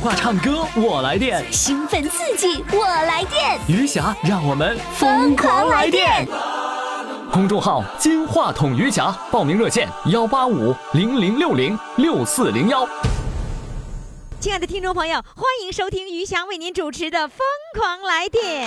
话唱歌我来电，兴奋刺激，我来电，余霞让我们疯狂来电！公众号“金话筒余霞”，报名热线：幺八五零零六零六四零幺。亲爱的听众朋友，欢迎收听余霞为您主持的《疯狂来电》。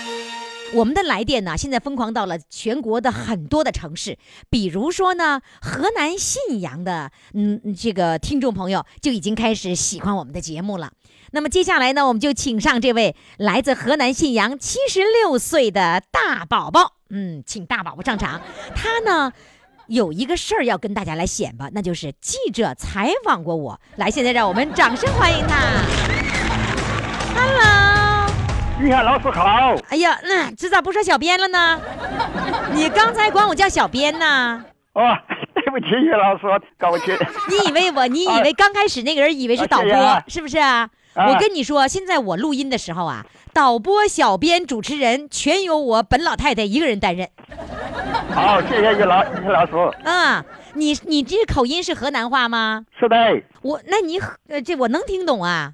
我们的来电呢，现在疯狂到了全国的很多的城市，比如说呢，河南信阳的，嗯，这个听众朋友就已经开始喜欢我们的节目了。那么接下来呢，我们就请上这位来自河南信阳七十六岁的大宝宝，嗯，请大宝宝上场。他呢有一个事儿要跟大家来显摆，那就是记者采访过我。来，现在让我们掌声欢迎他。Hello。余霞老师好，哎呀，那、这咋不说小编了 呢？你刚才管我叫小编呢？哦， 对不起，余老师，搞不 清。你以为我，你以为刚开始那个人以为是导播，啊是不是啊？啊我跟你说，现在我录音的时候啊，导播、小编、主持人全由我本老太太一个人担任。好，谢谢余老余老师。啊、你你这口音是河南话吗？是的，我，那你呃，这我能听懂啊，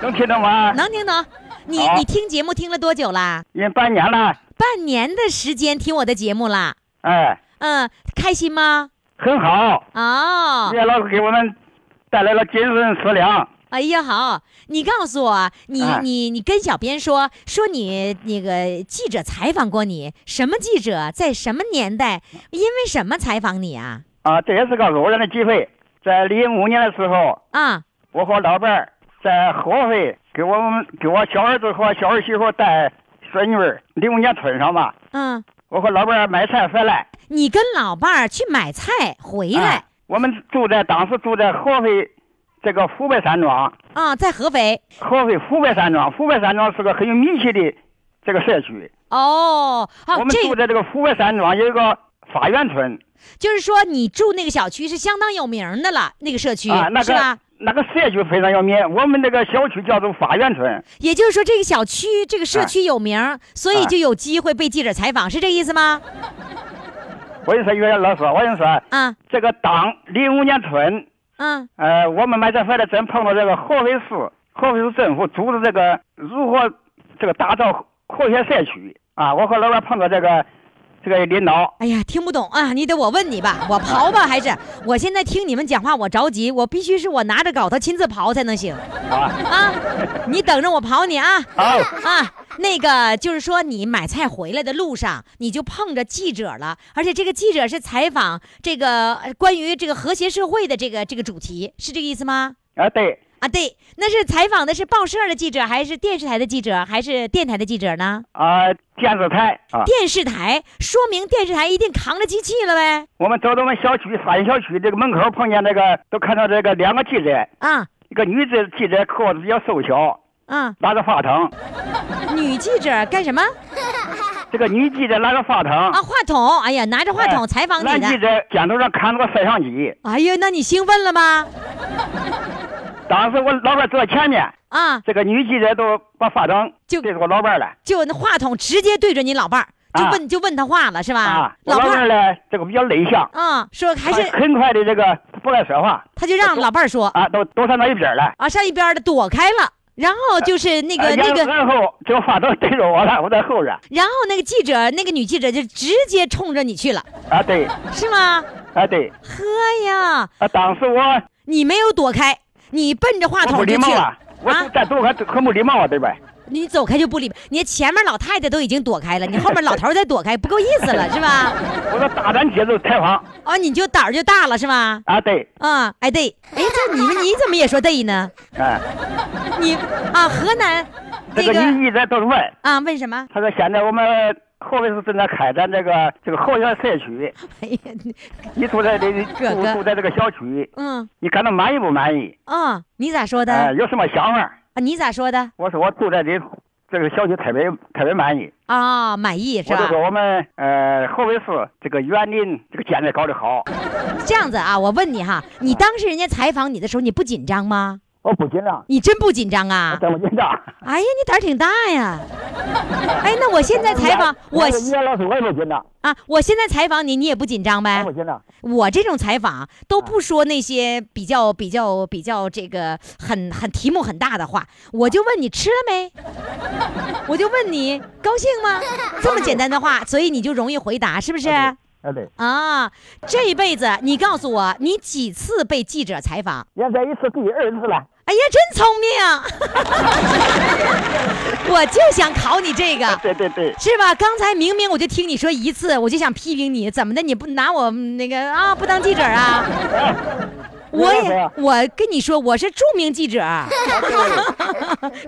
能听懂吗？能听懂。你好你听节目听了多久啦？已经半年了，半年的时间听我的节目啦。哎，嗯，开心吗？很好。哦余，霞老师给我们带来了精神食粮。哎呀好，你告诉我，你、哎你你跟小编说说你那个记者采访过你，什么记者在什么年代，因为什么采访你啊？啊，这也是个偶然的机会。在零五年的时候，啊，我和老伴儿在合肥给我们给我小儿子和小儿媳妇带孙女儿，零五年村上嘛。嗯，我和老伴儿买菜回来，你跟老伴儿去买菜回哎来我们住在当时住在合肥这个湖北山庄。啊，在合肥合肥湖北山庄，湖北山庄是个很有名气的这个社区。哦，好、我们这住在这个湖北山庄有一个法源村就是说你住那个小区是相当有名儿的了，那个社区、啊，那是吧个？那个社区非常有名。我们这个小区叫做法源村，也就是说这个小区这个社区有名儿，所以哎就有机会被记者采访，是这意思吗？我跟你说，岳老师，我跟你说，啊，这个党零五年村，嗯。呃，我们买这回来真碰到这个合肥市，合肥市政府组织这个如何这个打造和谐社区啊。我和老板碰到这个这个领导，哎呀，听不懂啊！你得我问你吧，我刨吧还是？我现在听你们讲话，我着急，我必须是我拿着镐头亲自刨才能行啊！你等着我刨你啊！好啊，那个就是说，你买菜回来的路上，你就碰着记者了，而且这个记者是采访这个呃关于这个和谐社会的这个这个主题，是这个意思吗？啊，对，啊，对，那是采访的是报社的记者，还是电视台的记者，还是电台的记者呢？啊，电视台啊。电视台，说明电视台一定扛着机器了呗？我们走到我们小区法院小区这个门口，碰见那个都看到这个两个记者，啊。一个女子记者个子比较瘦小，啊，拿着话筒；女记者干什么这个女记者拿着话筒，啊？话筒，哎呀，拿着话筒哎采访你男记的。者肩头上扛着个摄像机。哎呀，那你兴奋了吗？当时我老伴坐在前面，啊，这个女记者都把话筒就对着我老伴了就那话筒直接对准你老伴儿，就啊问、就问他话了是吧？啊。我老老伴伴儿呢，这个比较内向，啊，说还他是哎很快的这个不爱说话他就让老伴儿说啊，都都站到一边了。啊，上一边儿的躲开了，然后就是那个啊那然个，然后这个话筒对着我了，我在后边然后那个记者那个女记者就直接冲着你去了，啊，对是吗？啊对呵呀，啊，当时我你没有躲开，你奔着话我不筒就礼去貌了啊！我啊在走还很不礼貌啊，对吧？你走开就不理，你前面老太太都已经躲开了，你后面老头儿再躲开，不够意思了是吧？我说大胆接受采访哦，你就胆儿就大了是吧？啊，对，啊、哎对，哎这你们你怎么也说对呢？哎，你啊河南这这个个女记者都是问，啊问什么？他说现在我们合肥市正在开展这个这个后园社区，哎呀，你你住在这哥住住在这个小区，嗯你感到满意不满意？啊、你咋说的？哎，有什么想法？啊你咋说的？我说我住在这这个小区特别特别满意。啊、满意是我就吧？说我们呃合肥市这个园林这个建设搞得好，这样子啊，我问你哈，你当时人家采访你的时候，你不紧张吗？我不紧张，你真不紧张啊？怎么紧张？哎呀，你胆儿挺大呀！哎，那我现在采访我是你要老师我也不紧张，啊，我现在采访你，你也不紧张呗我不？紧张。我这种采访都不说那些比较比较比较这个很很题目很大的话，我就问你吃了没，我就问你高兴 吗？这么简单的话，所以你就容易回答，是不是？啊对，啊，这一辈子你告诉我，你几次被记者采访？现在一次第二次了，哎呀，真聪明啊！ 我就想考你这个。啊对对对，是吧？刚才明明我就听你说一次，我就想批评你，怎么的？你不拿我嗯那个啊，不当记者 啊？我没也有，啊我跟你说，我是著名记 者，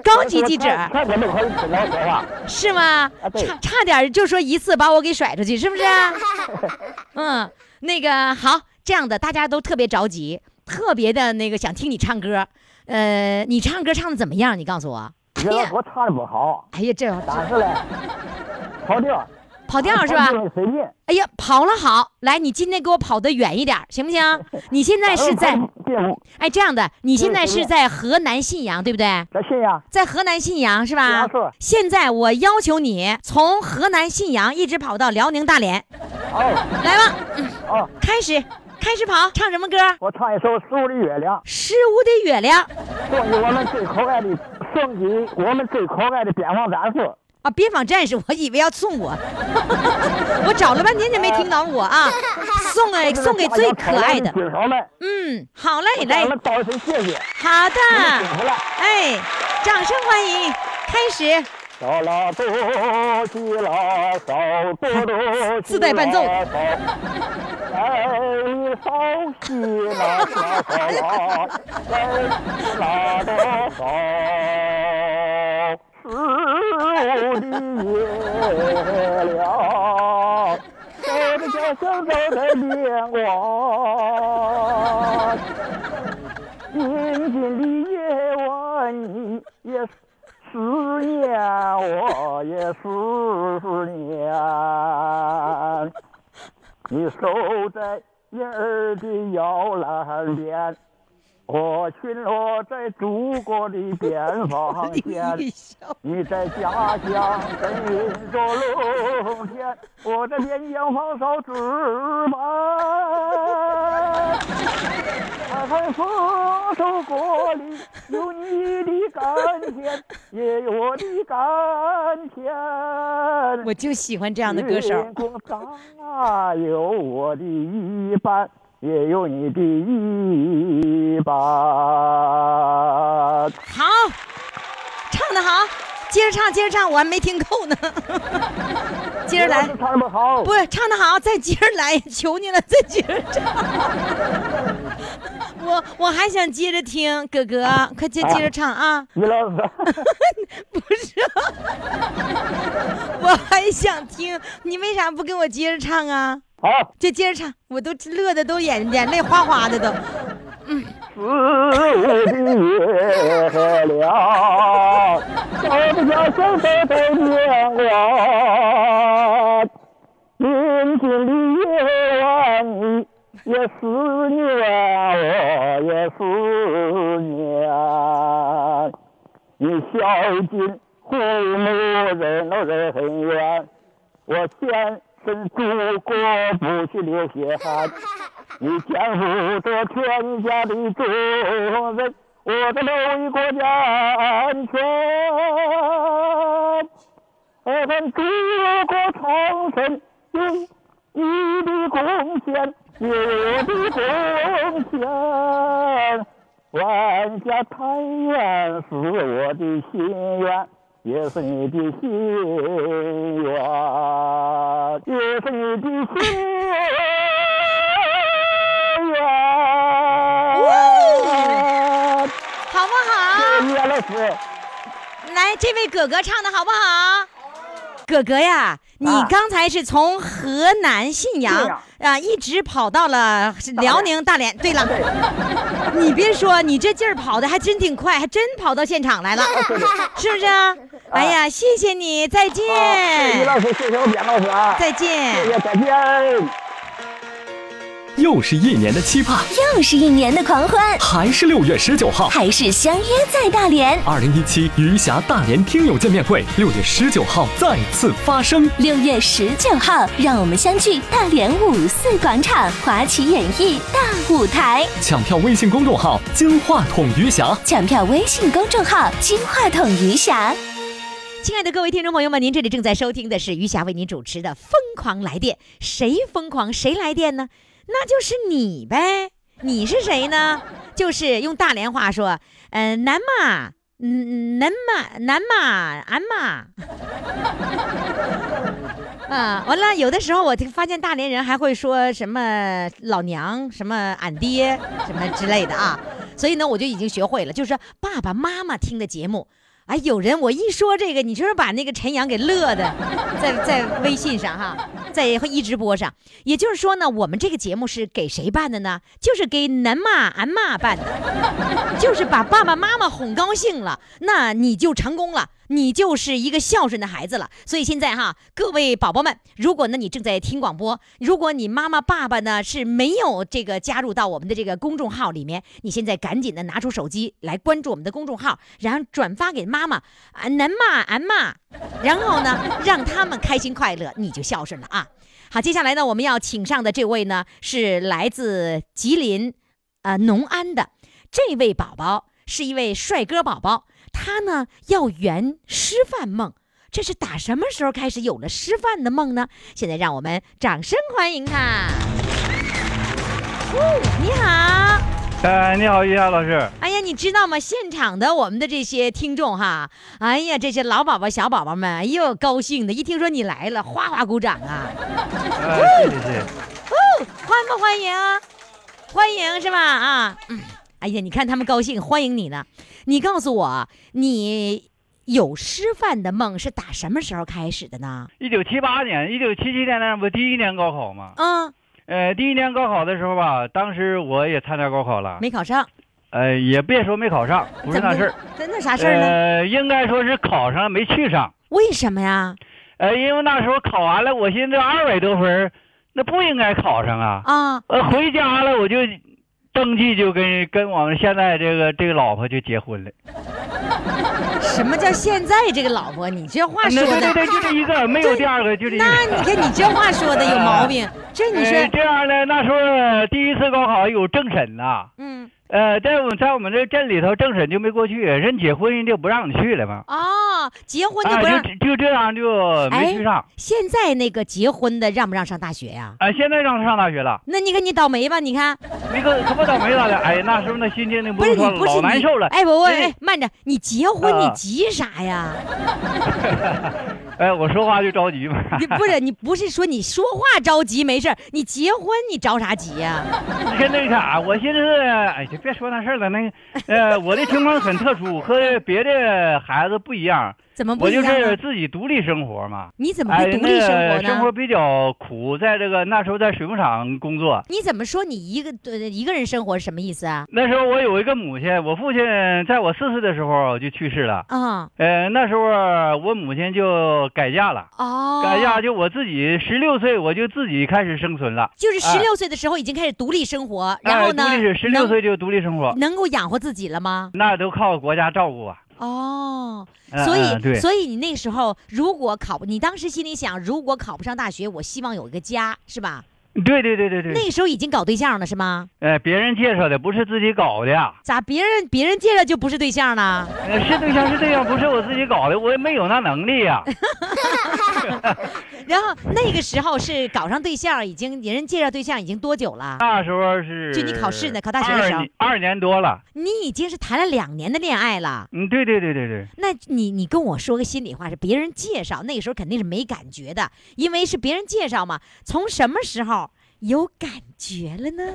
高级记者看见没可以老说 话，是吗？对差差点就说一次把我给甩出去，是不是？嗯，那个好，这样的大家都特别着急，特别的那个想听你唱歌。呃，你唱歌唱的怎么样？你告诉我。原来我唱的不好，哎呀，这但是嘞，跑调，跑调 是吧？跑调的水平哎呀，跑了好，来，你今天给我跑得远一点儿，行 不行？你现在是在，并哎，这样的，你现在随是便在河南信阳，对不对？嗯在信阳，在河南信阳是吧？是啊是现在我要求你从河南信阳一直跑到辽宁大连，哦来吧，哦，开始，开始跑，唱什么歌？我唱一首《十五的月亮》，十五的月亮送给我们最可爱的，送给我们最可爱的边防战士。啊，边防战士，我以为要送我， 我找了半天就没听到我啊，送给送给最可爱的，军嫂们，嗯，好嘞，来，来我，们道一声谢谢，好的辛。苦了。哎，掌声欢迎！开始，哆啦哆西啦嗦哆哆， 自带伴奏的哎，嗦西啦嗦嗦啦，哎，西啦哆嗦，十五的 月亮，走着小小走的连光。静静的夜晚，你也思念，我也思念。你守在燕儿的摇篮边，我巡逻在祖国的边防线。你在家乡耕耘着农田，我在边疆放哨值班。看看复仇国里有你的甘甜，也有我的甘甜。我就喜欢这样的歌月手。光大，有我的一半，也有你的一半。好，唱的好，接着唱，接着唱，我还没听够 呢。接着来我，唱的不好，不是唱的好，再接着来， 求你了，再接着唱。我我还想接着听，哥哥，快接接着唱啊！于老师，不是，啊我还想听，你为啥不跟我接着唱啊？好。就接着唱，我都乐的都眼眼泪哗哗的都。四五的月亮，照着家乡的灯光。宁静的夜晚，你也思念，我也思念。你孝敬父母，任劳任怨。我先身祖国，不许流血汗。你肩负着全家的责任，我的保卫国家安全。我们祖国长城有你的贡献，有我的贡献。万家团圆是我的心愿，也是你的心愿，也是你的心愿。好不好？岳老师，啊来，这位哥哥唱的好不好？哥哥呀，你啊刚才是从河南信对阳呀啊，一直跑到了辽宁大连。对了，你别说，你这劲儿跑的还真挺快，还真跑到现场来 了，是不是啊？哎呀，谢谢你，再谢谢于见，老师，谢谢我简老师啊，再谢见。谢，再见。又是一年的期盼，啊又是一年的狂欢，还是六月十九号。还是相约在大连。二零一七余霞大连听友见面会，六月十九号再次发生。六月十九号，让我们相聚大连五四广场华旗演艺大舞台。抢票微信公众号“金话筒余霞抢票微信公众号“金话筒余霞亲爱的各位听众朋友们，您这里正在收听的是余霞为您主持的《疯狂来电》，谁疯狂谁来电呢？那就是你呗。你是谁呢？就是用大连话说，呃，南马，嗯，南马，南马，俺妈。啊，完了，有的时候我就发现大连人还会说什么老娘、什么俺爹、什么之类的啊，所以呢，我就已经学会了，就是爸爸妈妈听的节目。哎，有人我一说这个，你就是把那个陈阳给乐的，在在微信上哈，在一直播上。也就是说呢，我们这个节目是给谁办的呢？就是给南妈、俺妈办的。就是把爸爸妈妈哄高兴了，那你就成功了，你就是一个孝顺的孩子了。所以现在哈，各位宝宝们，如果呢你正在听广播，如果你妈妈爸爸呢是没有这个加入到我们的这个公众号里面，你现在赶紧的拿出手机来关注我们的公众号，然后转发给妈妈、啊男妈、俺妈， 然后呢让他们开心快乐，你就孝顺了啊。好，接下来呢我们要请上的这位呢是来自吉林，呃农安的。这位宝宝是一位帅哥宝宝，他呢要圆师范梦。这是打什么时候开始有了师范的梦呢？现在让我们掌声欢迎他。哦，你好。哎，你好，一霞老师。哎呀，你知道吗？现场的我们的这些听众哈，哎呀，这些老宝宝、小宝宝们，哎呦，高兴的，一听说你来了，哗哗鼓掌啊！哎，谢谢谢谢。哦，欢不欢迎？啊欢迎是吧？啊，嗯哎呀，你看他们高兴，欢迎你呢。你告诉我，你有师范的梦是打什么时候开始的呢？一九七八年，一九七七年那不第一年高考吗？嗯，呃，第一年高考的时候吧，当时我也参加高考了，没考上，呃，也别说没考上，不是怎么那事儿，那那啥事儿呢？呃，应该说是考上了没去上。为什么呀？呃，因为那时候考完了，我寻思二百多分儿，那不应该考上啊。啊，呃，回家了我就登记就跟跟我们现在这个这个老婆就结婚了。什么叫现在这个老婆？你这话那说啊对的，对对，就这一个，没有第二个，就这一个。那你看你这话说的有毛病。这你呃，说，这样呢，那时候第一次高考有政审呐、嗯，呃，在我们在我们这镇里头政审就没过去，人结婚人就不让你去了嘛，哦，结婚就啊，不让。哎就就这样就没去上。现在那个结婚的让不让上大学呀、啊，现在让他上大学了，那你看你倒霉吧，你看。那个可不倒霉咋的？哎，那时候那心情那不不是用你说，不是老你难受了。哎，我我因为哎，慢着，你结婚你啊急啥呀？哎，我说话就着急嘛。你不是你不是说你说话着急没事儿，你结婚你着啥急呀？你看那啥，啊我寻思，哎，就别说那事儿了。那个，呃，我的情况很特殊， 和别的孩子不一样，怎么不我一就样是呢？自己独立生活嘛。你怎么哎，会独立生那活个生活呢？比较苦，在这个那时候在水工厂工作。你怎么说你一个呃一个人生活是什么意思啊？那时候我有一个母亲，我父亲在我四岁的时候就去世了。啊、呃，那时候我母亲就改嫁了，哦，改嫁就我自己十六岁我就自己开始生存了。就是哎十六岁的时候已经开始独立生活，然后呢，哎、独立是十六能岁就独立生活，能够养活自己了吗？那都靠国家照顾啊。哦，嗯所以、嗯对所以你那时候如果考不，你当时心里想，如果考不上大学，我希望有一个家，是吧？对对对对对，那时候已经搞对象了是吗？呃，别人介绍的，不是自己搞的呀，咋别人别人介绍就不是对象了？呃是对象是对象，不是我自己搞的，我也没有那能力呀。嗯然后那个时候是搞上对象，已经人介绍对象已经多久了？那时候是就你考试呢考大学的时候二年二年多了。你已经是谈了两年的恋爱了。嗯，对对对对对，那你你跟我说个心里话，是别人介绍，那个时候肯定是没感觉的，因为是别人介绍嘛。从什么时候有感觉了呢？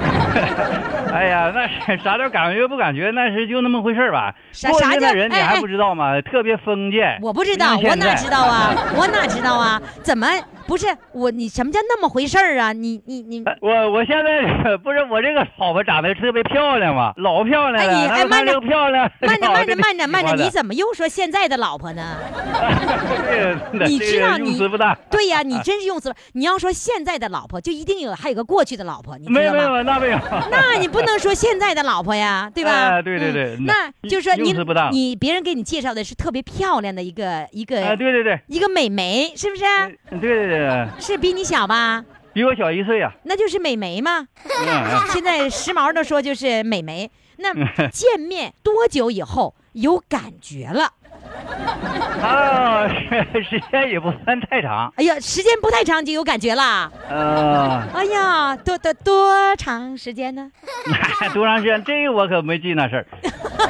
哎呀，那是啥叫感觉不感觉？那是就那么回事儿吧。啥过啥去叫的人你哎还哎不知道吗？特别封建。我不知道，不像我哪现在知道啊？我哪知道啊？怎么不是我？你什么叫那么回事儿啊？你你你，我我现在不是我这个老婆长得特别漂亮嘛，老漂亮了，哎你哎然后她慢着又漂亮，慢 着然后慢着就慢着喜慢着，欢你了怎么又说现在的老婆呢？ 这个你知道这个你用词不大。对呀，你 真是用词了。你要说现在的老婆，就一定有还有个过去的老婆，你没知有道没吗？有，那没有。 那你不能 说现在的老婆呀，对吧？哎对对对嗯那那就是说用你词不当你别人给你介绍的是特别漂亮的一个一啊，个对对对，一个美眉，是不是？对对对，是比你小吧？比我小一岁呀。那就是美眉 嘛。嗯嗯现在时髦的说就是美眉。 那见面多久以后有感觉了？啊， 时时间也不算太长，哎呀，时间不太长就有感觉啦。呃， 哎呀，多多多长时间呢？多长时间？这个我可没记那事儿。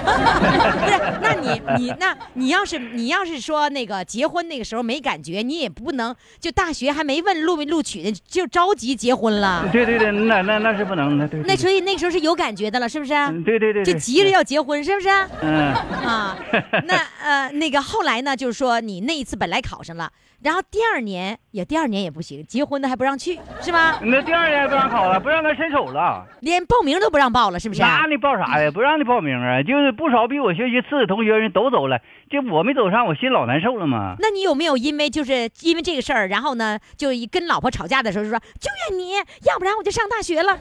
不是， 那你你那你要是你要是说那个结婚那个时候没感觉，你也不能就大学还没问录没录取呢，就着急结婚了。 对对对，那那那是不能的，对。对那所以那个时候是有感觉的了，是不是？嗯对对对，就对急着。要结婚，是不是？嗯，啊，那呃，那个后来呢，就是说你那一次本来考上了，然后第二年也第二年也不行，结婚的还不让去，是吧？那第二年不让考了，不让他伸手了，连报名都不让报了，是不是？啊那你报啥呀？不让你报名啊！就是不少比我学习次的同学人都走了，这我没走上，我心老难受了嘛。那你有没有因为就是因为这个事儿，然后呢，就一跟老婆吵架的时候就说就怨你，要不然我就上大学了？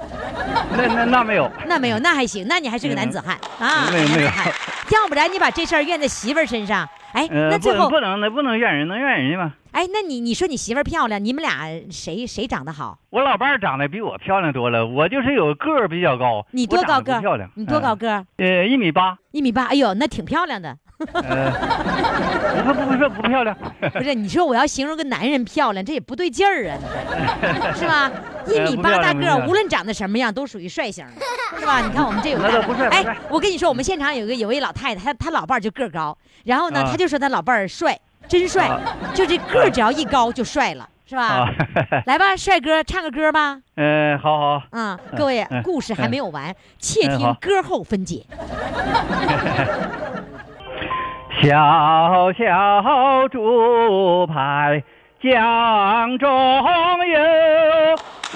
那那那没有，嗯那没有，那还行，那你还是个男子汉啊，没有男没子有汉。要不然你把这事儿怨在媳妇儿身上，哎，那 呃，不最能后不能那不能怨人，能怨人家吗？哎，那你你说你媳妇儿漂亮，你们俩谁谁长得好？我老伴儿长得比我漂亮多了，我就是有个儿比较高。你多我高长得个不儿？漂亮。你多高嗯？个儿？呃，一米八。一米八，哎呦，那挺漂亮的。呃， 不不不是不漂亮， 不是，你说我要形容个男人漂亮，这也不对劲儿啊，你 说是吧？一米不八漂亮大哎不个漂儿，亮无论长得什么样，都属于帅型的，是吧？你看我们这有那个倒不帅不哎帅，我跟你说，我们现场有个有位老太太，她她老伴儿就个儿高，然后呢，啊她就说她老伴儿帅，真帅，就这个儿只要一高就帅了，是吧 啊？，来吧，帅哥，唱个歌吧。呃，好好，啊、各位嗯，故事还没有完，且嗯听好歌后分解。小小竹排江中游，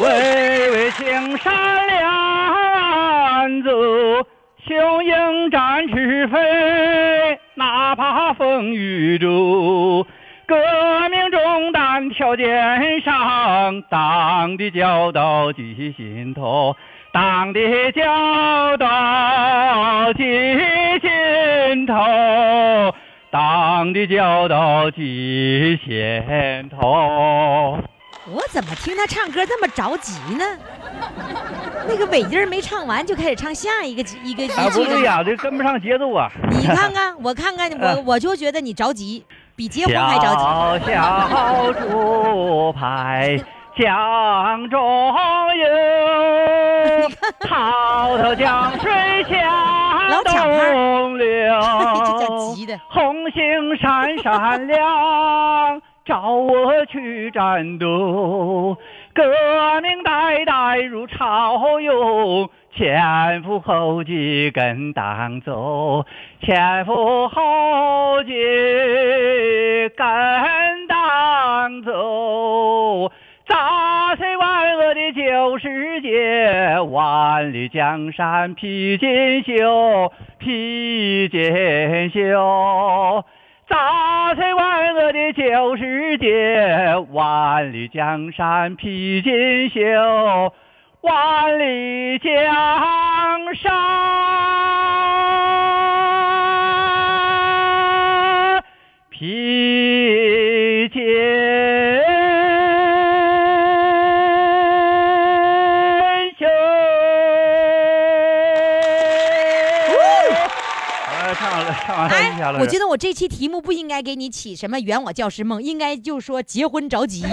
巍巍青山两足，雄鹰展翅飞，哪怕风雨骤。革命重担挑肩上，党的教导记心头，党的教导记心头，党的教导记心头。我怎么听他唱歌那么着急呢？那个尾音儿没唱完就开始唱下一个一个一啊，不句对了。呀，这跟不上节奏啊！你看看，我看 看，我我就觉得你着急，比结婚还着急。小小竹排江中游，滔滔江水老抢向拍儿东哎这叫流急。的，哦红星闪闪亮，照我去战斗。革命代代如潮涌，前赴后继跟党走，前赴后继跟党走。砸碎万恶的旧世界，万里江山披锦绣，披锦绣。砸碎万恶的旧世界，万里江山披锦绣，万里江山披锦绣。呃，唱完了，唱完了，一下了。我觉 得我这期题目不应该给你起什么“圆我教师梦”，应该就说结婚着 急。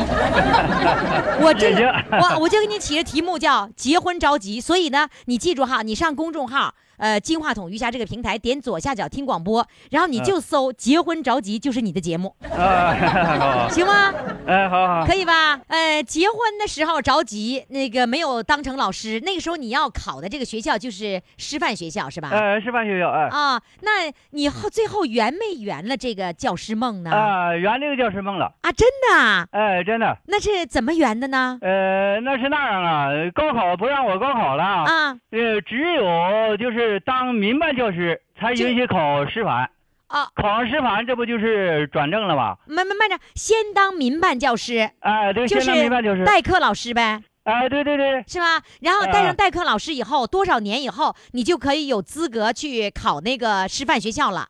我这也个行，我我就给你起的题目叫“结婚着急”，所以呢，你记住哈，你上公众号。呃，金话筒余霞这个平台，点左下角听嗯广播，然后你就搜“结婚着急”，就是你的节目，啊，好啊行吗？哎，好好，好可以吧？呃，结婚的时候着急，那个没有当成老师，那个时候你要考的这个学校就是师范学校是吧？哎，师范学校，哎，啊，那你后最后圆没圆了这个教师梦呢？啊，圆这个教师梦了，啊，真的啊？哎，真的，那是怎么圆的呢？呃，那是那样啊，高考不让我高考了，啊呃，只有就是当民办教师才这允许考师范，啊，考上师范这不就是转正了吗？慢慢慢着，先当民办教师，哎，对，就现是在民办教师，代课老师呗，哎，对对对，是吧？然后带哎上哎代课老师以后，多少年以后，你就可以有资格去考那个师范学校了。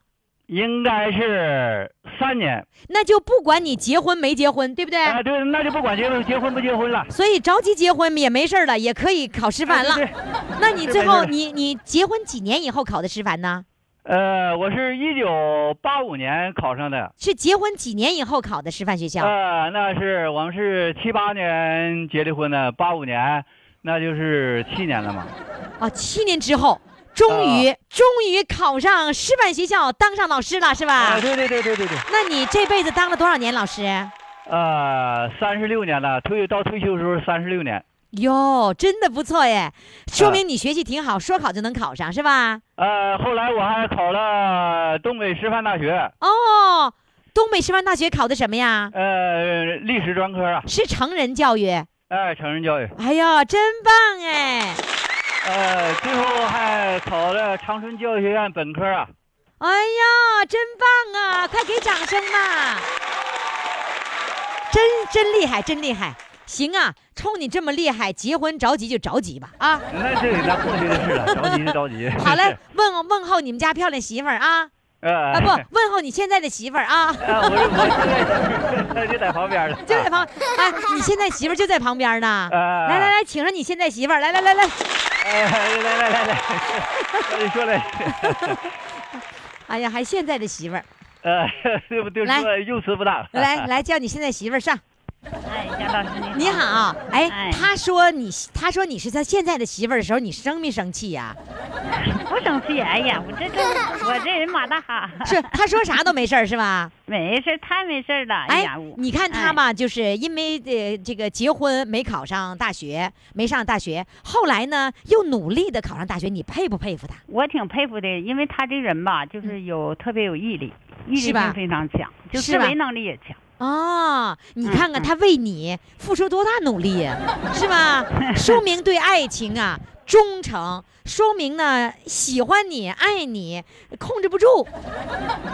应该是三年，那就不管你结婚没结婚，对不对？哎，对，那就不管结婚结婚不结婚了。所以着急结婚也没事儿了，也可以考师范了。哎对对那你最是没事后儿你你结婚几年以后考的师范呢？呃，我是一九八五年考上的，是结婚几年以后考的师范学校？呃，那是我们是七八年结的婚的，八五年，那就是七年了嘛。啊，七年之后，终于、啊终于考上师范学校，当上老师了，是吧？哎啊对对对对对对，那你这辈子当了多少年老师？呃，三十六年了，退到退休的时候三十六年。哟，真的不错耶，说啊明你学习挺好，说考就能考上，是吧？呃，后来我还考了东北师范大学，哦，东北师范大学考的什么呀？呃，历史专科啊，是成人教育。哎、成人教育，哎呀，真棒哎！呃，最后还考了长春教育学院本科啊。哎呀，真棒啊！快给掌声吧！真真厉害，真厉害！行啊，冲你这么厉害，结婚着急就着急吧啊！那这那过去的事了，着急是着急。好嘞，，问问候你们家漂亮媳妇儿啊 呃，啊不， 问候你现在的媳妇儿啊，啊，我我现在就在旁边了，就在旁哎，你现在媳妇儿就在旁边呢。啊来来来，请上你现在媳妇儿，来来来来，哎来来来来，那你说来， 哎呀，还现在的媳妇儿，呃， 对不对？说用词不当。来， 来叫你现在媳妇儿上。哎，杨老师 你你好，好，哎哎，他说你，他说你是他现在的媳妇儿的时候，你生没生气呀、 不生气，哎呀，我这个我这人马大哈， 是他说啥都没事儿是吧？ 没事儿太没事儿了，哎哎呀，我，哎你看他吧，就是因为呃这个结婚没考上大学，没上大学，后来呢又努力的考上大学，你佩不佩服他？嗯我挺佩服的，因为他这人吧，就是有特别有毅力，毅是力吧性非常强，就是思吧维能力也强。哦，你嗯看看嗯他为你付出多大努力呀，是吧？ 说明对爱情啊忠诚，说明呢喜欢你、爱你，控制不住，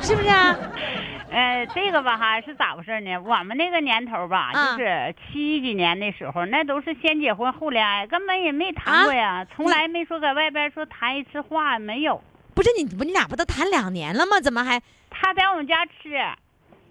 是不是啊？ 呃，这个吧哈是咋回事呢？我们那个年头吧，嗯啊就是七几年的时候，那都是先结婚后恋爱，根本也没谈过啊呀，从来没说在外边说谈一次话没有。不是你不你俩不都谈两年了吗？怎么还他在我们家吃，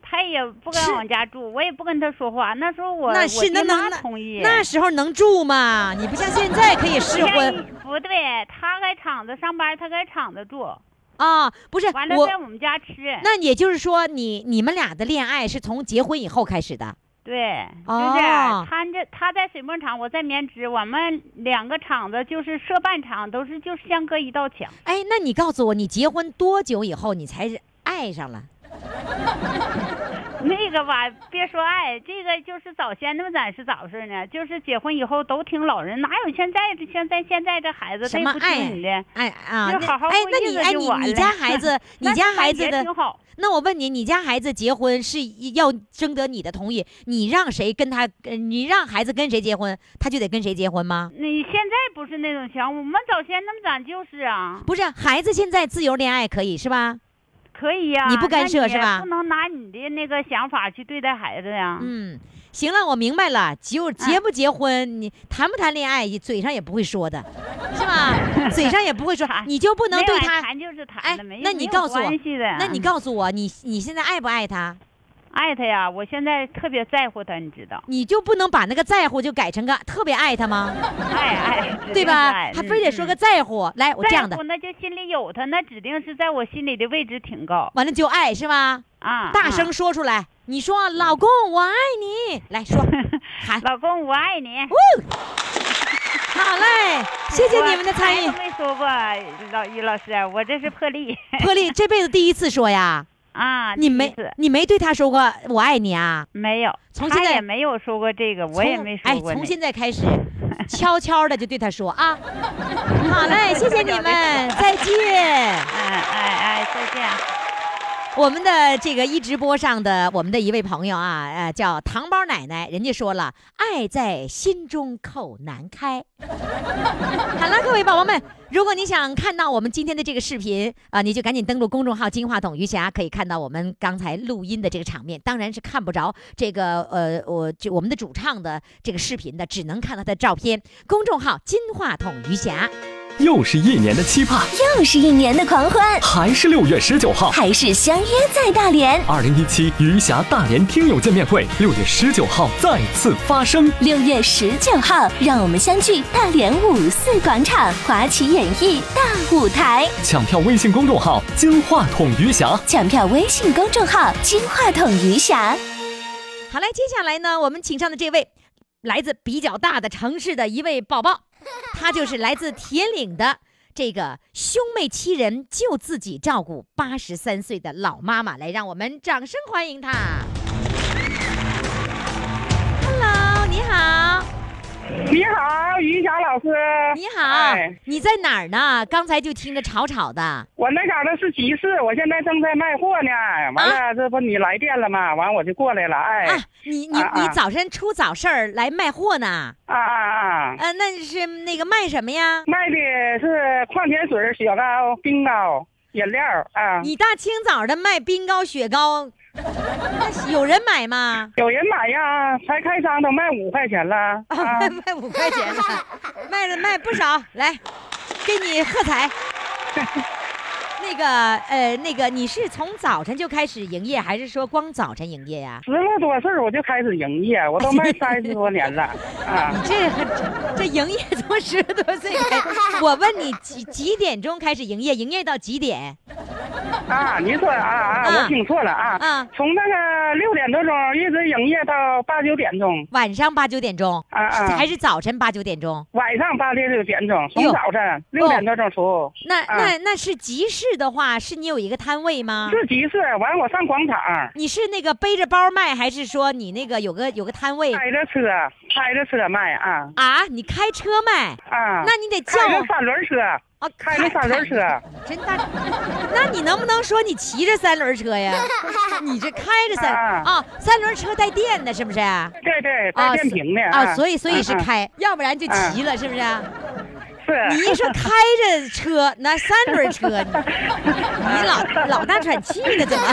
他也不吃跟我们家住，我也不跟他说话。那时候我那我是爹那能妈那同意，那时候能住吗？你不像现在可以试不像婚一不对，他在厂子上班，他在厂子住，啊，不是完了我在我们家吃。那也就是说你，你们俩的恋爱是从结婚以后开始的对，就是哦他这他在水墨厂，我在棉织，我们两个厂子就是设半厂，都是就相隔一道墙。 哎，那你告诉我，你结婚多久以后你才是爱上了？那个吧，别说爱，这个就是早先那么咱是咋回事呢？就是结婚以后都听老人，哪有现在这现在现在这孩子什对么不爱听你的？哎啊，就那好好哎过，那日你子哎就你完你了家孩 子，你那家孩感子觉的挺，好。那我问你，你家孩子结婚是要征得你的同意，你让谁跟他，呃你让孩子跟谁结婚，他就得跟谁结婚吗？你现在不是那种情况，我们早先那么咱就是啊，不是，孩子现在自由恋爱可以是吧？可以呀、你不干涉那是吧不能拿你的那个想法去对待孩子呀。嗯，行了，我明白了，就嗯结不结婚，你谈不谈恋爱，嘴上也不会说 的，是吧？嘴上也不会说，啊你就不不能对他。谈就是谈哎了，没那没你有告诉我关系的那你告诉我，你你现在爱不爱他？爱他呀，我现在特别在乎他，你知道？你就不能把那个在乎就改成个特别爱他吗？ 爱爱，指定嗯对是吧？爱还非得说个嗯在乎。来，我嗯这样的在乎，，那就心里有他，那指定是在我心里的位置挺高完了就爱是吧？啊。大啊声，说出来，你说老公我爱 你，来说喊。老公，我爱你。好嘞，谢谢你们的参哎我与啊从来都。没说过，老于老师，我这是破例。破例这辈子第一次说呀。啊，你第一没次你没对他说过我爱你啊？没有，从他现在也没有说过这个，我从也没说哎，过那从个。现在开始，悄悄的就对他说 啊，好嘞，谢谢你们，再见。哎哎哎，再见。我们的这个一直播上的我们的一位朋友啊，呃，叫糖包奶奶，人家说了，爱在心中口难开。 好了，各位宝宝们，如果你想看到我们今天的这个视频啊、你就赶紧登录公众号“金话筒余霞”，可以看到我们刚才录音的这个场面。当然是看不着这个呃，我就我们的主唱的这个视频的，只能看到他的照片。公众号“金话筒余霞”。又是一年的期盼，又是一年的狂欢，还是六月十九号。还是相约在大连。二零一七余霞大连听友见面会，六月十九号再次发生。六月十九号，让我们相聚大连五四广场华旗演艺大舞台。抢票微信公众号“金话筒余霞抢票微信公众号“金话筒余霞好嘞，接下来呢，我们请上的这位来自比较大的城市的一位宝宝，他就是来自铁岭的这个兄妹七人就自己照顾八十三岁的老妈妈，来让我们掌声欢迎她。Hello，你好，你好，于霞老师。你好，哎你在哪儿呢？刚才就听着吵吵的，我那嘎达是集市，我现在正在卖货呢。完了，这不你来电了吗？完我就过来了。哎，啊，你你、啊啊你早晨出早市儿来卖货呢？啊啊啊！呃，那是那个卖什么呀？卖的是矿泉水、雪糕、冰糕、饮料啊。你大清早的卖冰糕、雪糕，那有人买吗？有人买呀，才开张都卖五块钱了啊！卖卖五块钱的，卖了卖不少，来，给你喝 彩。那个呃，那个你是从早晨就开始营业，还是说光早晨营业呀、十来多岁儿我就开始营业，我都卖三十多年 了啊！你这这这营业从十多岁开始，我问你几几点钟开始营业？营业到几点？啊，您说啊啊，啊我听错了啊！啊从那个六点多钟一直营业到八九点钟晚上八九点钟，啊啊还，是早晨八九点钟？晚上八六点钟，从哟早晨六点多钟出，那啊那那是集市的话，是你有一个摊位吗？是集市，完我上广场，你是那个背着包卖，还是说你那个有个有个摊位开着车开着车卖啊啊？你开车卖？啊！那你得叫开着三轮车，啊，开着三轮车，真大。那你能不能说你骑着三轮车呀？你这开着三啊啊，三轮车带电的，是不是？啊，对对，带电瓶的啊，所以所以是啊啊开，要不然就骑了，是不是？你是一说开着车，那三轮车，你你老老大喘气呢，怎么？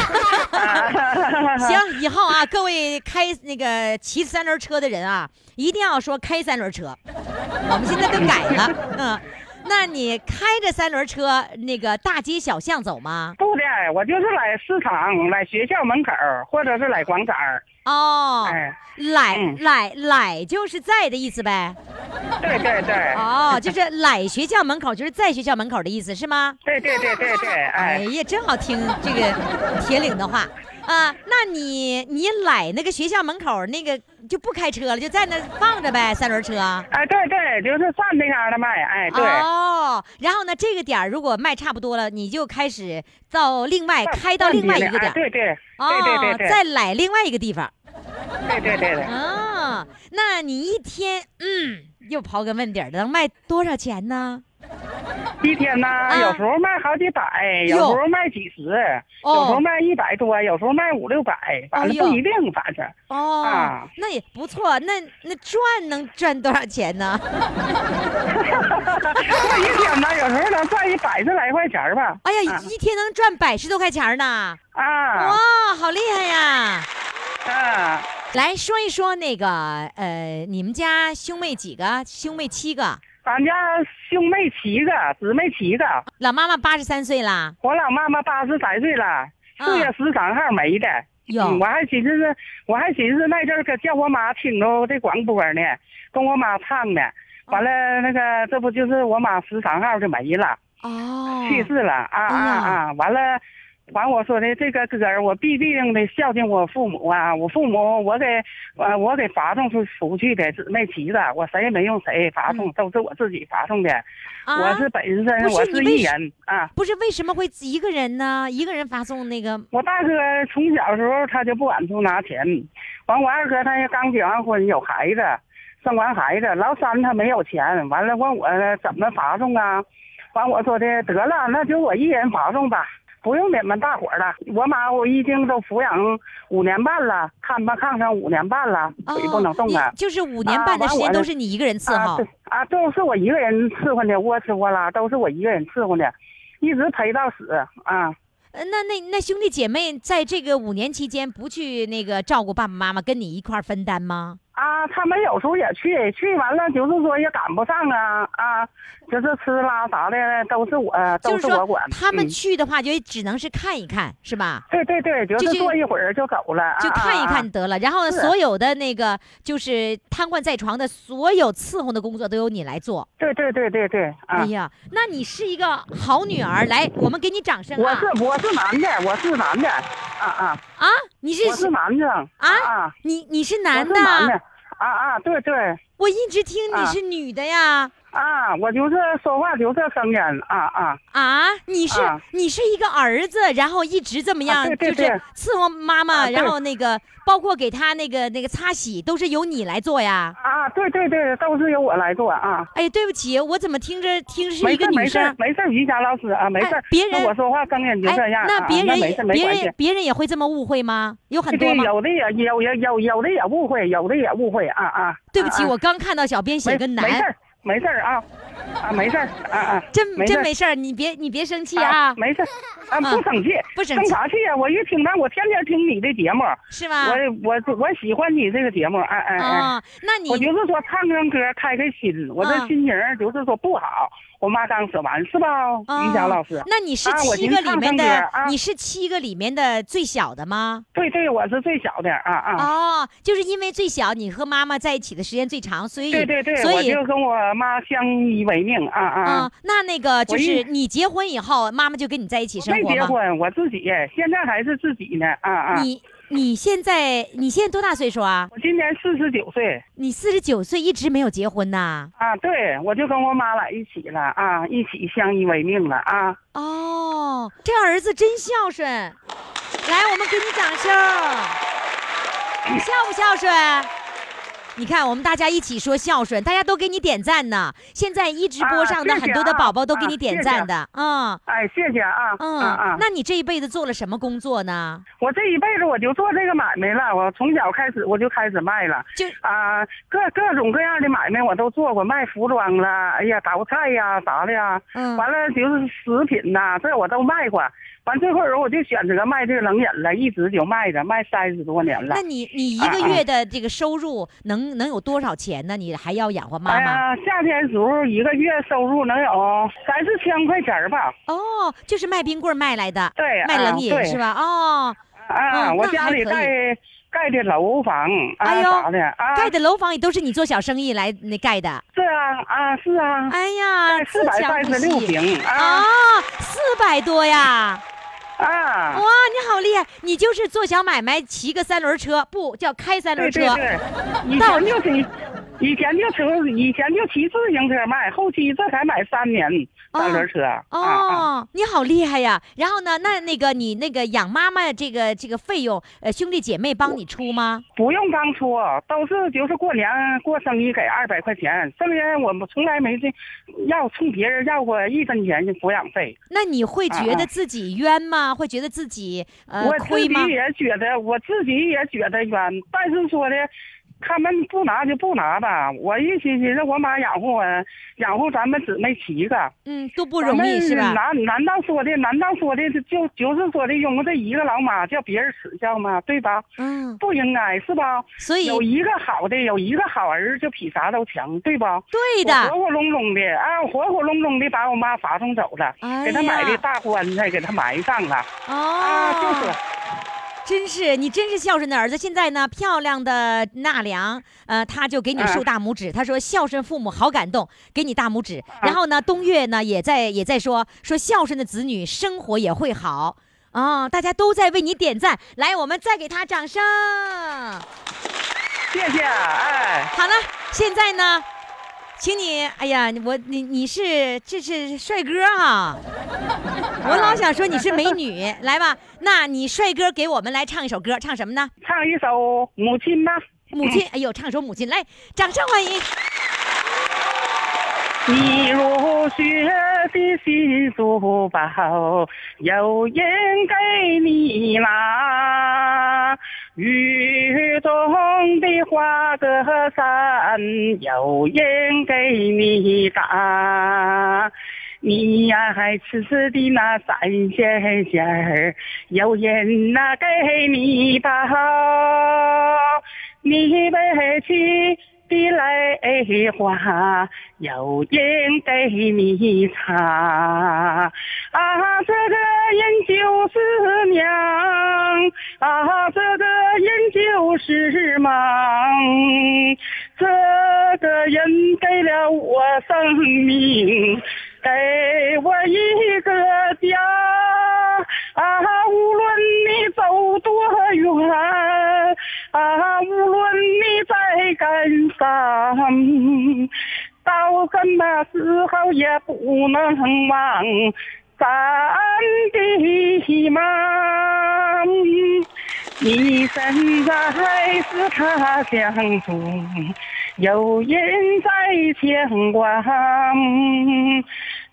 行，以后啊，各位开那个骑三轮车的人啊，一定要说开三轮车。我们现在都改了，嗯。那你开着三轮车，那个大街小巷走吗？不的，我就是来市场、来学校门口，或者是来广场。哦，哎，来嗯来来，就是在的意思呗。对对对，哦，就是来学校门口，就是在学校门口的意思是吗？对对对对对，哎哎，呀，真好听这个铁岭的话啊！那你你来那个学校门口那个就不开车了，就在那儿放着呗，三轮车。哎对对，就是站那嘎达卖，哎对，哦，然后呢，这个点儿如果卖差不多了，你就开始到另外开到另外一个点哎儿，对对对对哦对，对再来另外一个地方。对对对对，啊，那你一天嗯，又刨根问底儿的，能卖多少钱呢？啊一天呢，有时候卖好几百，哎有时候卖几十，有时候哦卖一百多，有时候卖五六百，反正不一定，反正哦，啊那也不错，那那赚能赚多少钱呢？ 一天呢，有时候能赚一百十来块钱吧。哎呀，啊一一天能赚百十多块钱儿呢！哇啊，好厉害呀！啊，来说一说那个呃，你们家兄妹几个？兄妹七个。咱家兄妹七个，姊妹七个。老妈妈八十三岁啦，我老妈妈八十三岁了，四月十三号没的。啊哟嗯我还寻思是，我还寻思那阵儿可叫我妈听着这广播呢，跟我妈唱啊呢。完了，那个这不就是我妈十三号就没了，哦，去世了啊哎呀啊啊！完了，完我说的这个歌儿，我必定得孝敬我父母啊！我父母我给，呃，我给发送出出去的，是没旗子，我谁也没用谁发送，都是我自己发送的。嗯啊，我是本身不是我你是为艺什人啊。不是为什么会一个人呢？一个人发送那个我大哥从小时候他就不往出拿钱，完我二哥他也刚结完婚有孩子，生完孩子，老三他没有钱，完了问我怎么发送啊？完我说的得了，那就我一人发送吧，不用你们大伙儿了。我妈我已经都抚养五年半了，看吧看上五年半了，哦腿不能，动你了。就是五年啊半的完时我间的都是你一个人伺啊候对，啊，都是我一个人伺候的，窝吃窝拉都是我一个人伺候的，一直陪到死啊。呃那那那兄弟姐妹在这个五年期间不去那个照顾爸爸妈妈，跟你一块儿分担吗？啊，他们有时候也去，去完了就是说也赶不上啊啊，就是吃啦啥的都是我呃就都是是我说管。他们嗯去的话，就只能是看一看，是吧？对对对，就就是坐一会儿就走了，就啊看一。啊啊看得了，然后是所有的那个就是瘫痪在床的所有伺候的工作都由你来做。对对对对对啊哎！呀，那你是一个好女儿，来，我们给你掌声我啊！是我是男的，我是男的，啊啊，啊，你是我是男的，啊啊，你你是我男是的啊，男的，啊啊，对对我一直听你啊是女的呀。啊，我就是说话就这声音，啊啊啊，你是、啊你是一个儿子，然后一直这么样，对对就对是伺候妈妈，啊对然后那个包括给他那个那个擦洗，都是由你来做呀。啊，对对对，都是由我来做啊。哎呀，对不起，我怎么听着听着是没一事个儿没女事儿生？没事儿，于霞老师啊，没哎事儿。别那人哎我说话声音就这样啊，那别那人没也、事儿没别关系人。别人也会这么误会吗？有很对多对，吗？有的也有有有有的也误会，有的也误会啊啊！对不起，啊啊我刚看到小编写没个没事男，儿没事儿啊啊没事儿啊啊，真没事嗯真儿没事儿，你别你别生气啊啊，没事儿啊啊不生气不生生气啥气呀？我一听到我天天听你的节目，是吧？我我我喜欢你这个节目，哎哎哎。啊，那你我就是说唱唱歌开开心，我这啊心情儿就是说不好。我妈刚说完是吧，于霞啊老师？那你是啊我七寻个思里唱面唱的，歌儿啊你是七个里面的最小的吗？对对，我是最小的啊啊。哦，就是因为最小，你和妈妈在一起的时间最长，所以对对对，所我以就跟我妈相依为命啊啊。啊、那那个就我一是你结婚以后，妈妈就跟你在一起生没活结吗？婚，我自己现在还是自己呢。啊啊，你你现在你现在多大岁数啊？我今年四十九岁你四十九岁一直没有结婚呐？啊，对我就跟我妈俩一起了啊，一起相依为命了啊。哦，这儿子真孝顺，来，我们给你掌 声，你孝不孝顺？你看，我们大家一起说孝顺，大家都给你点赞呢。现在一直播啊上的谢谢很多的啊宝宝都给啊你点谢谢赞的，嗯。哎，谢谢啊，嗯，啊啊！那你这一辈子做了什么工作呢？我这一辈子我就做这个买卖了，我从小开始我就开始卖了就啊，各各种各样的买卖我都做过，卖服装啦，哎呀，倒菜呀啥的呀，嗯完了就是食品呐、这我都卖过。完这会儿我就选择卖这个冷饮了，一直就卖着，卖三十多年了那。你你一个啊啊月的这个收入能能有多少钱呢？你还要养活妈哦哎妈？呀，夏天时候一个月收入能有三四千块钱儿吧？哦，就是卖冰棍儿卖来的，对，卖冷啊饮对是吧？哦，啊，嗯我那家还里可以盖盖的楼房哎啊呦啥的啊，盖的楼房也都是你做小生意来那盖的。是啊啊是啊，哎呀，四自百强三不十六息。平啊啊，四百多呀！哇，哎啊，你好厉害！你就是做小买卖，骑个三轮车，不叫开三对轮对车，对，以到前就骑，以前就骑，以前就骑自行车卖，后期这才买三年三轮车啊啊，哦，你好厉害呀！然后呢，那那个你那个养妈妈这个这个费用，呃，兄弟姐妹帮你出吗？不用当初都是就是过年过生日给二百块钱，剩下我们从来没这要冲别人要过一分钱的抚养费。啊那你会觉得自己冤吗？会觉得自己呃哎我自亏己吗？也觉得，我自己也觉得冤，但是说的，他们不拿就不拿吧。我一寻寻思，我妈养活我，养活咱们姊妹七个，嗯，都不不容易是吧？难难道说的，难道说的就就是说的，用这一个老妈叫别人耻笑吗？对吧？嗯，不应该是吧？所以有一个好的，有一个好儿，就比啥都强，对吧？对我的，活活隆隆的啊，活活隆隆的把我妈发送走了，哎给她买的呀，大棺材给她埋上了、啊，就是哦，。真是你真是孝顺的儿子。现在呢，漂亮的纳凉，呃，他就给你嗯竖大拇指，他说孝顺父母好感动，给你大拇啊指。然后呢，东岳呢也在也在说说孝顺的子女生活也会好。啊、大家都在为你点赞，来，我们再给他掌声。谢谢，哎。好了，现在呢，请你，哎呀，我你你是这是帅哥啊， 我老想说你是美女，来 吧，那你帅哥给我们来唱一首歌，唱什么呢？唱一首《母亲》吧。母亲，哎呦，唱首母亲，来，掌声欢迎。你入学的新书包，有人给你拿；雨中的花格伞，有人给你打。你呀，还吃吃的那三鲜馅儿，有人呐、给你包。你被气的泪花，有人给你擦。啊，这个人就是娘，啊，这个人就是忙，这个人给了我生命，给我一个家。啊，无论你走多远，啊，无论你在干啥，到什么时候也不能忘咱的妈。你身在是他乡中，有人在牵挂。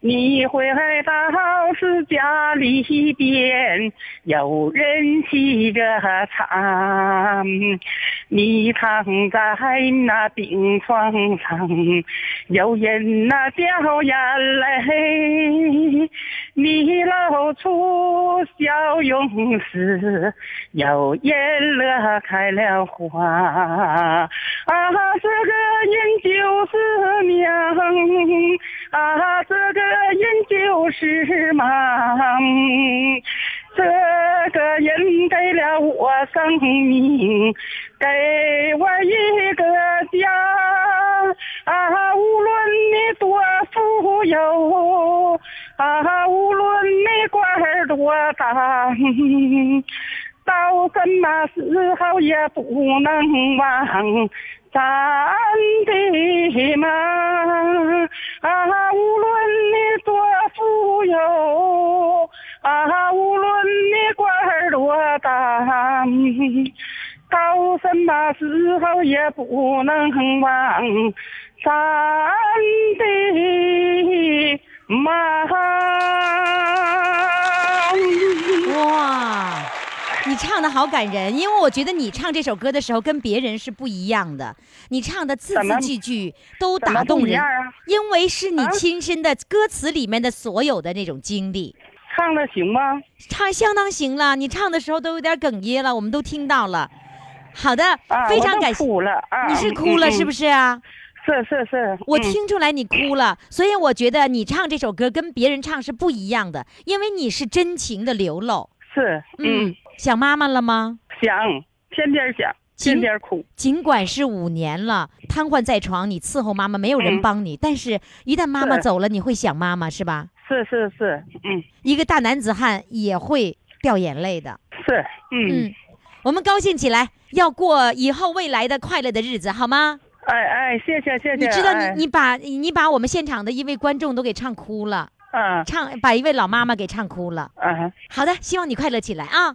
你回到是家里边，有人沏着茶。你躺在那病床上，有人那掉眼泪。你露出笑容时，有人乐开了花。啊，这个人就是娘，啊，这个人就是妈。这个人给了我生命，给我一个家。啊，无论你多富有，啊，无论你官儿多大，到什么时候也不能忘咱的妈。啊，无论你多富有，啊，无论你官儿多大。到什么时候也不能忘咱的妈。哇，你唱的好感人，因为我觉得你唱这首歌的时候跟别人是不一样的，你唱的字怎字么句句都怎打么不动一人样，啊？因为是你啊亲身的歌词里面的所有的那种经历。唱的行吗？唱相当行了，你唱的时候都有点哽咽了，我们都听到了。好的，啊，非我常都感谢。哭了啊！你是哭了是不是？是啊？是是是，我嗯听出来你哭了，所以我觉得你唱这首歌跟别人唱是不一样的，因为你是真情的流露。是嗯，想妈妈了吗？想天天想，天请天哭，尽管是五年了，瘫痪在床，你伺候妈妈没有人嗯帮你，但是一旦妈妈是走了，你会想妈妈是吧？是是是，嗯一个大男子汉也会掉眼泪的。是嗯，嗯，我们高兴起来，要过以后未来的快乐的日子，好吗？哎哎，谢谢谢谢，你知道哎你你把你把我们现场的一位观众都给唱哭了，啊唱把一位老妈妈给唱哭了。啊，好的，希望你快乐起来啊！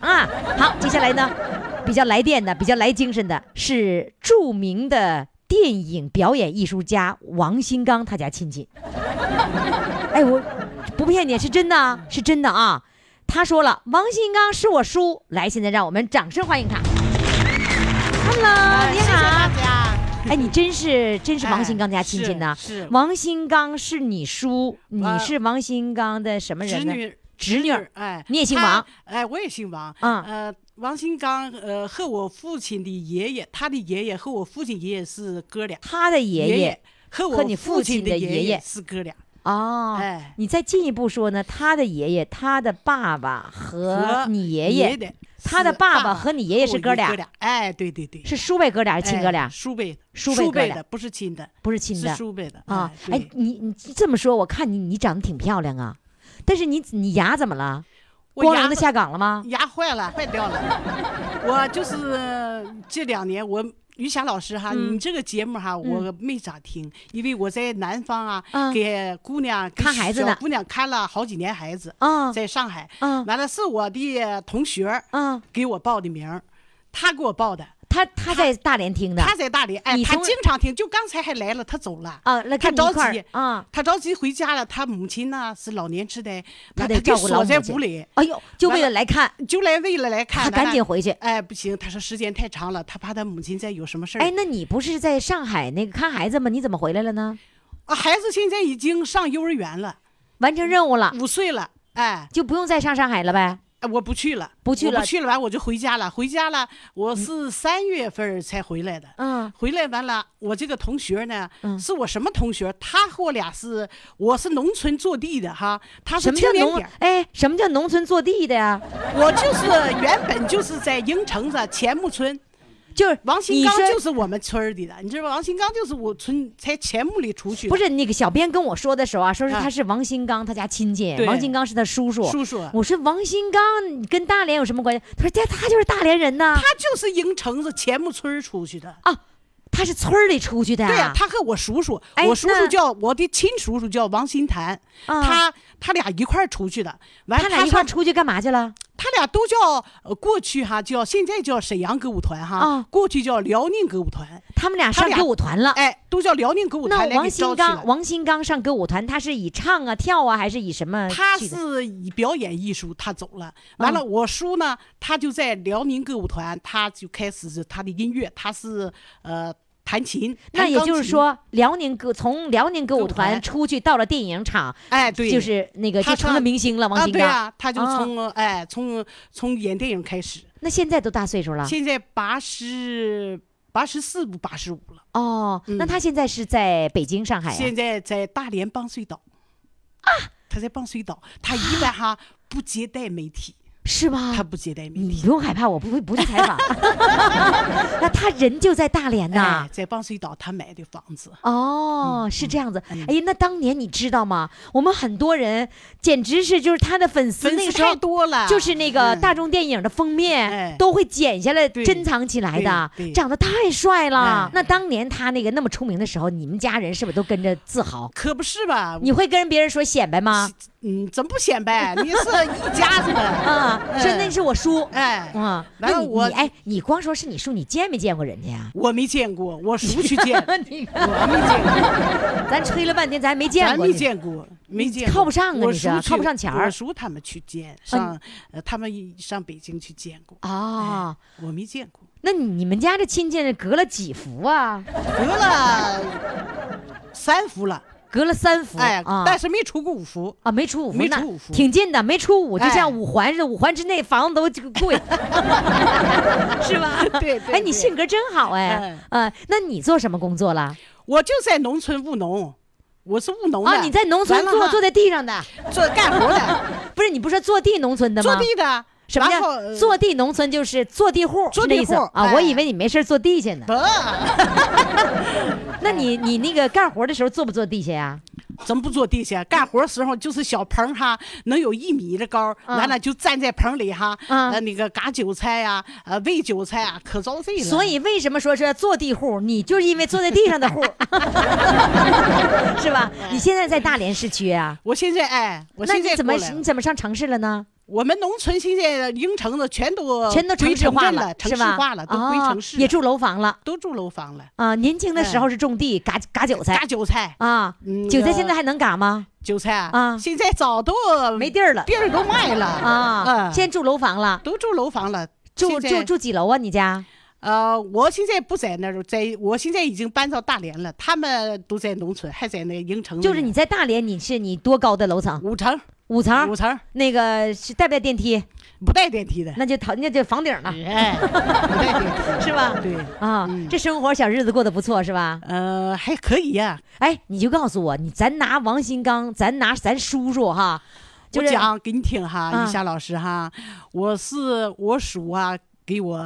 啊，好，接下来呢，比较来电的、比较来精神的是著名的电影表演艺术家王新刚他家亲 戚。哎，我不骗你，是真的啊，是真的啊。他说了，王新刚是我叔。来，现在让我们掌声欢迎他。Hello，你好。哎，你真是真是王新刚家亲戚呢、哎是是王新刚是你叔，你呃是王新刚的什么侄人呢？女侄女儿，哎，你也姓他王？哎，我也姓王。嗯呃，王新刚，呃，和我父亲的爷爷，他的爷爷和我父亲爷爷是哥俩，他的爷爷爷和和我你父父亲亲的爷爷爷是哥俩，哦，哎你再进一步说呢？他的爷爷、他的爸爸和和你爷爷爷，的他的是爸爸爸和你爷爷和是我哥一俩哥俩，哎，对对对，是叔辈哥俩还是亲哥哎俩？叔辈的，叔辈叔哥辈俩的，不是亲的，不是亲的是叔辈的啊！哎哎对，你你这么说，我看你你长得挺漂亮啊，但是你你牙怎么了？我光牙荣的子下岗了吗？牙坏了，坏掉了。我就是这两年，我于霞老师哈，嗯你这个节目哈，我没咋听，因为我在南方啊，嗯给姑娘给看孩子小呢姑娘看了好几年孩子，啊在上海，嗯完了是我的同学啊，给我报的名儿，他给我报的，他他在大连听的，他在大连，哎你，他从经常听，就刚才还来了，他走了啊来他跟你一着块儿急啊他着急回家了，他母亲呢是老年痴呆，他完得照顾老锁在母亲屋里，哎呦，就为完了了来看，就来为了来看，他咱俩赶紧回去哎，不行，他说时间太长了，他怕他母亲再有什么事儿。哎，那你不是在上海那个看孩子吗？你怎么回来了呢？啊，孩子现在已经上幼儿园了，完成任务了，五岁了，哎，就不用再上上海了呗？哎我不去了，不去我了不去了，完我就回家了，回家了，我是三月份儿才回来的。嗯回来完了，我这个同学呢，嗯是我什么同学？他和我俩是，我是农村坐地的哈，他什是么叫青年农点儿？哎，什么叫农村坐地的呀？我就是原本就是在营城子钱木村，就是王新你刚说就是我们村儿里的，你知道吧？王新刚就是我村才钱木里出去的，不是那个小编跟我说的时候啊，说是啊他是王新刚他家亲戚，对王新刚是他叔叔。叔叔我说王新刚跟大连有什么关系？他说他他就是大连人呐、他就是营城子钱木村儿出去的。啊，他是村儿里出去的、啊对呀、他和我叔叔，哎我叔那叔叫我的亲叔叔叫王新谭，啊他他俩一块儿出去的，完他俩一块儿上出去干嘛去了？他俩都叫、呃、过去哈叫现在叫沈阳歌舞团哈，啊过去叫辽宁歌舞团，他们俩他上俩歌舞团了。哎，都叫辽宁歌舞那团来王给招新去刚，了。王新刚上歌舞团，他是以唱啊、跳啊，还是以什么去的？他是以表演艺术，他走了。完嗯了，我叔呢，他就在辽宁歌舞团，他就开始是他的音乐，他是呃弹琴。那弹也钢就是琴，说，辽宁歌从辽宁歌舞歌舞团团出去，到了电影厂，哎，对，就是那个他就成了上明星了。王啊，新对刚，啊，他就啊从、哎从从演电影开始，那现在都大岁数了现在八十八十四不八十五了，哦。那嗯他现在是在北京、上海啊现在在大连棒水岛啊，他在棒水岛，他一般哈不接待媒体，是吗？他不接待媒体。你不用害怕，我不会不去采访。 那他人就在大连呐哎，。在棒水岛他买的房子，哦，嗯是这样子。哎呀，那当年你知道吗？我们很多人简直是就是他的粉丝，粉那丝个时候太多了就是那个嗯大众电影的封面哎都会剪下来对珍藏起来的对，对长得太帅了哎。那当年他那个那么出名的时候，你们家人是不是都跟着自豪？可不是吧？你会跟别人说显摆吗？嗯，怎么不显摆？你是一家子的啊，说那是我叔。哎啊，那完了你我你哎，你光说是你叔，你见没见过人家呀？我没见过，我叔去 见，你看我没见过。咱吹了半天，咱没见咱过没你。见过，没见过，靠不上啊我你是叔啊去靠不上钱儿嗯我叔他们去见，上呃，他们一上北京去见过。哎哦，我没见过，那你你们家这亲戚隔了几幅啊？隔了三幅了，隔了三幅，哎，啊，但是没出过五幅。啊没出五幅，没那出五幅挺近的，没出五，就哎像五环似的，五环之内房子都 这个贵，是吧？对对嗯哎，你对性格真好哎，啊，那你做什么工作了？我就在农村务农，我是务农的。啊，你在农村完了做哈坐在地上的，做干活的， 不是你不是说坐地农村的坐吗？地的。什么然后叫呃坐地农村？就是坐地户，坐是那地意思户啊！我哎以为你没事儿坐地去呢。 那你你那个干活的时候坐不坐地下呀？咱不坐地下，干活时候就是小棚哈，能有一米的高，完了就站在棚里哈，嗯呃，那个嘎韭菜呀、呃，喂韭菜啊，可遭罪了。所以为什么说是坐地户？你就是因为坐在地上的户， 是吧？你现在在大连市区啊？我现在哎，我那现你在怎么过来了你怎么上城市了呢？我们农村现在应城子全都全都归城市化城镇了，城是市吧？化了，都归哦城市了，也住楼房了都住楼房了，啊！年轻的时候是种地，嘎嘎韭菜嘎韭菜，哎啊嗯，呃韭菜现在还能嘎吗？韭菜啊现在早都没地儿了地儿都卖了啊！嗯现在住楼房了，都住楼房了，住现在住住几楼啊？你家？呃，我现在不在那儿，在我现在已经搬到大连了，他们都在农村，还在那个应城，就是你在大连，你是你多高的楼层？五层五层儿五层儿那个是带不带电梯？不带电梯的，那就头那就房顶了，哎，不带电梯是吧？对，啊，这生活小日子过得不错是吧？呃，还可以呀、哎，你就告诉我，你咱拿王新刚，咱拿咱叔叔哈，就我是讲给你听哈，啊玉霞老师哈，我是我叔啊给我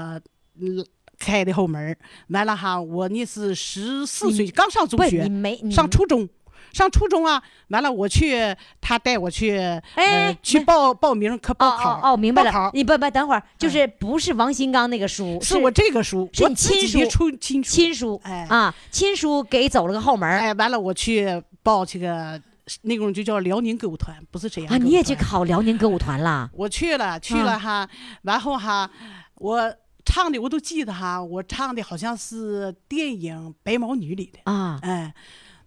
嗯开的后门儿完了哈，我那是十四岁刚上中不是学你，没你上初中。上初中啊，完了我去，他带我去，哎呃、去没报报名可哦报考哦哦，明白报考哎了，你不不等会儿，就是不是王新刚那个叔，是我这个叔，是我你自己亲的叔出亲叔，亲叔，哎啊，亲叔给走了个后门儿哎，完了我去报这个那种就叫辽宁歌舞团，不是沈阳啊，歌舞你也去团考辽宁歌舞团啦？我去了，去了哈，然后哈，我唱的我都记得哈，我唱的好像是电影《白毛女》里的，啊哎，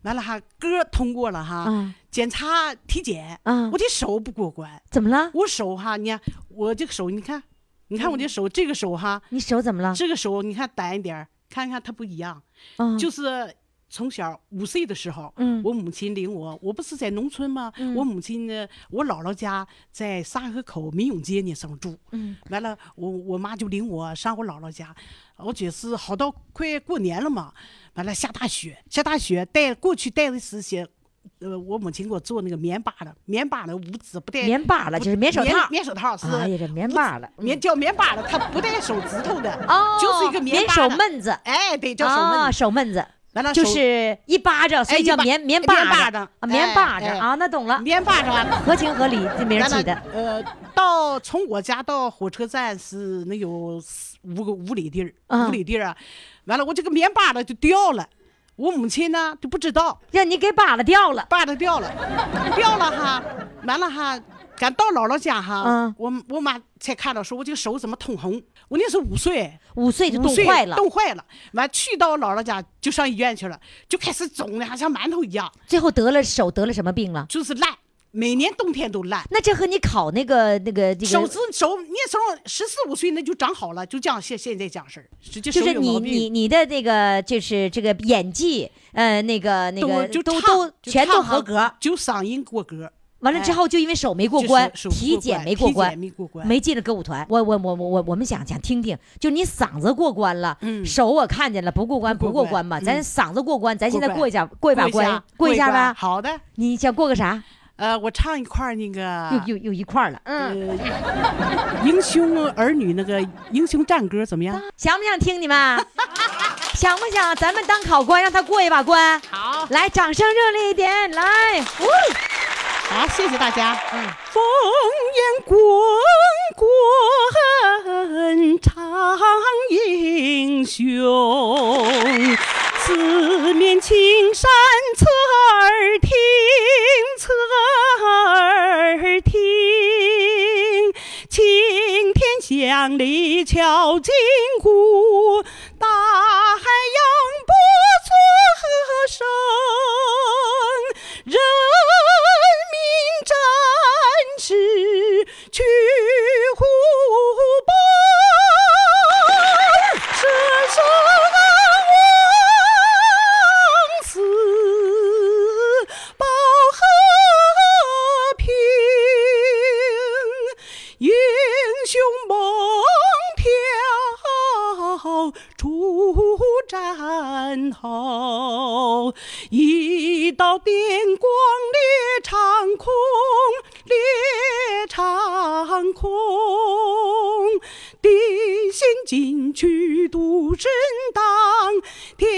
完了哈，歌通过了哈，啊检查体检，啊我，的手不过关，怎么了？嗯我手哈，你看我这个手，你看，你看我这手，这个手哈，你手怎么了？这个手你看短一点儿，看看它不一样，啊就是。从小五岁的时候，嗯我母亲领我，我不是在农村吗？我母亲呢，我姥姥家在沙河口民永街那上住，嗯完了，我我妈就领我上我姥姥家，我觉是好到快过年了嘛，完了下大雪，下大雪带过去带的是些，呃，我母亲给我做那个棉巴的，棉巴的五指不带棉巴了不就是棉手套棉手套是，哎呀这棉巴了棉叫棉巴了，它不带手指头的，哦，就是一个棉棉巴手的，闷子，哎，对，叫手啊，闷，手闷子。完了就手是一巴掌，所以哎叫一巴棉棉棉巴巴掌掌啊，棉哎巴掌哎啊，那懂了，棉巴掌。合情合理，这名儿完了起的。呃，到从我家到火车站是能有四五个五里地儿，嗯五里地儿啊。完了，我这个棉把子就掉了，我母亲呢就不知道，让你给扒拉掉了。把子掉了，掉了哈，完了哈。赶到姥姥家哈，嗯我我妈才看到说，我这个手怎么通红？我那时候五岁，五岁就五冻岁坏了，冻坏了。完去到姥姥家就上医院去了，就开始肿的，还像馒头一样，最后得了手得了什么病了？就是烂，每年冬天都烂。那这和你考那个那个这手个，指手那时候十四五岁那就长好了，就这样现现在讲事儿，就就就是手有你你毛病你的这个就是这个演技，呃，那个那个就都唱都就全都唱合好格。就嗓音过格，哎完了之后就因为手没过就关，手手不体过检关没过体关检，没过关没进了歌舞团。我我我我我我们想想听听，就你嗓子过关了，手我看见了，不过关嗯不不过过关关吧，嗯咱嗓子过关，咱现在过过关一下过一把关下，过一下关吧。好的，你想过个啥？呃，我唱一块儿那又个又又一块儿了，嗯， 《英雄儿女》那个《英雄战歌》怎么样？ 想不想听你们？ 想不想咱们当考官，让他过一把关？好，来，掌声热烈一点，来，呜好，谢谢大家。嗯。烽烟滚滚唱英雄，四面青山侧耳听，侧耳听，青天响里敲金鼓，大海扬波作声，人民战士去虎豹，是生亡死保和平，英雄梦飘出战壕，一道电光裂长空，裂长空。地心进去度身当，天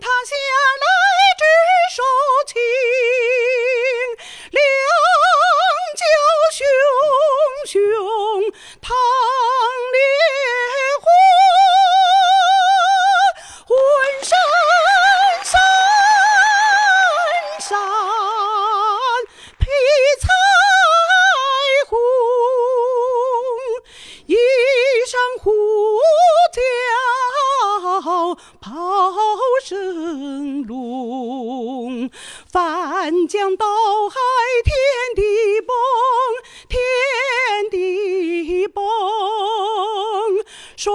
塌下来只手轻，两脚熊熊淌烈火。浑身闪闪披彩虹，一声呼叫炮声隆，翻江倒海天地崩，天地崩。双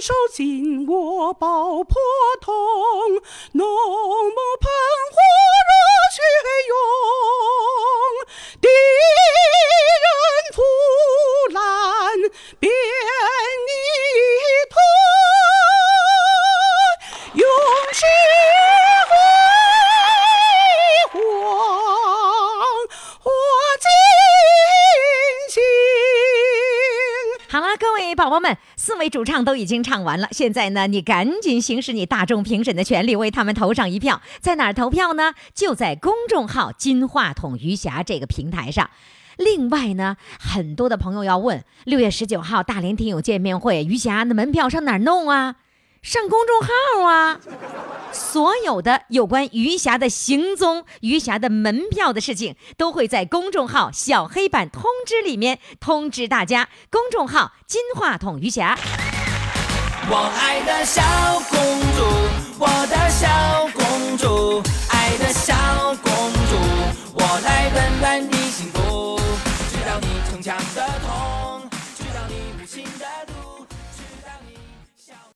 手紧握爆破筒，浓雾喷火热血涌，敌宝宝们，四位主唱都已经唱完了，现在呢，你赶紧行使你大众评审的权利，为他们投上一票。在哪儿投票呢？就在公众号“金话筒余霞”这个平台上。另外呢，很多的朋友要问，六月十九号大连听友见面会，余霞那门票上哪儿弄啊？上公众号啊。所有的有关余霞的行踪、余霞的门票的事情，都会在公众号“小黑板通知”里面通知大家。公众号“金话筒余霞”。我爱的小公主，我的小公主，爱的小公主，我来温暖你幸福，直到你逞强的痛。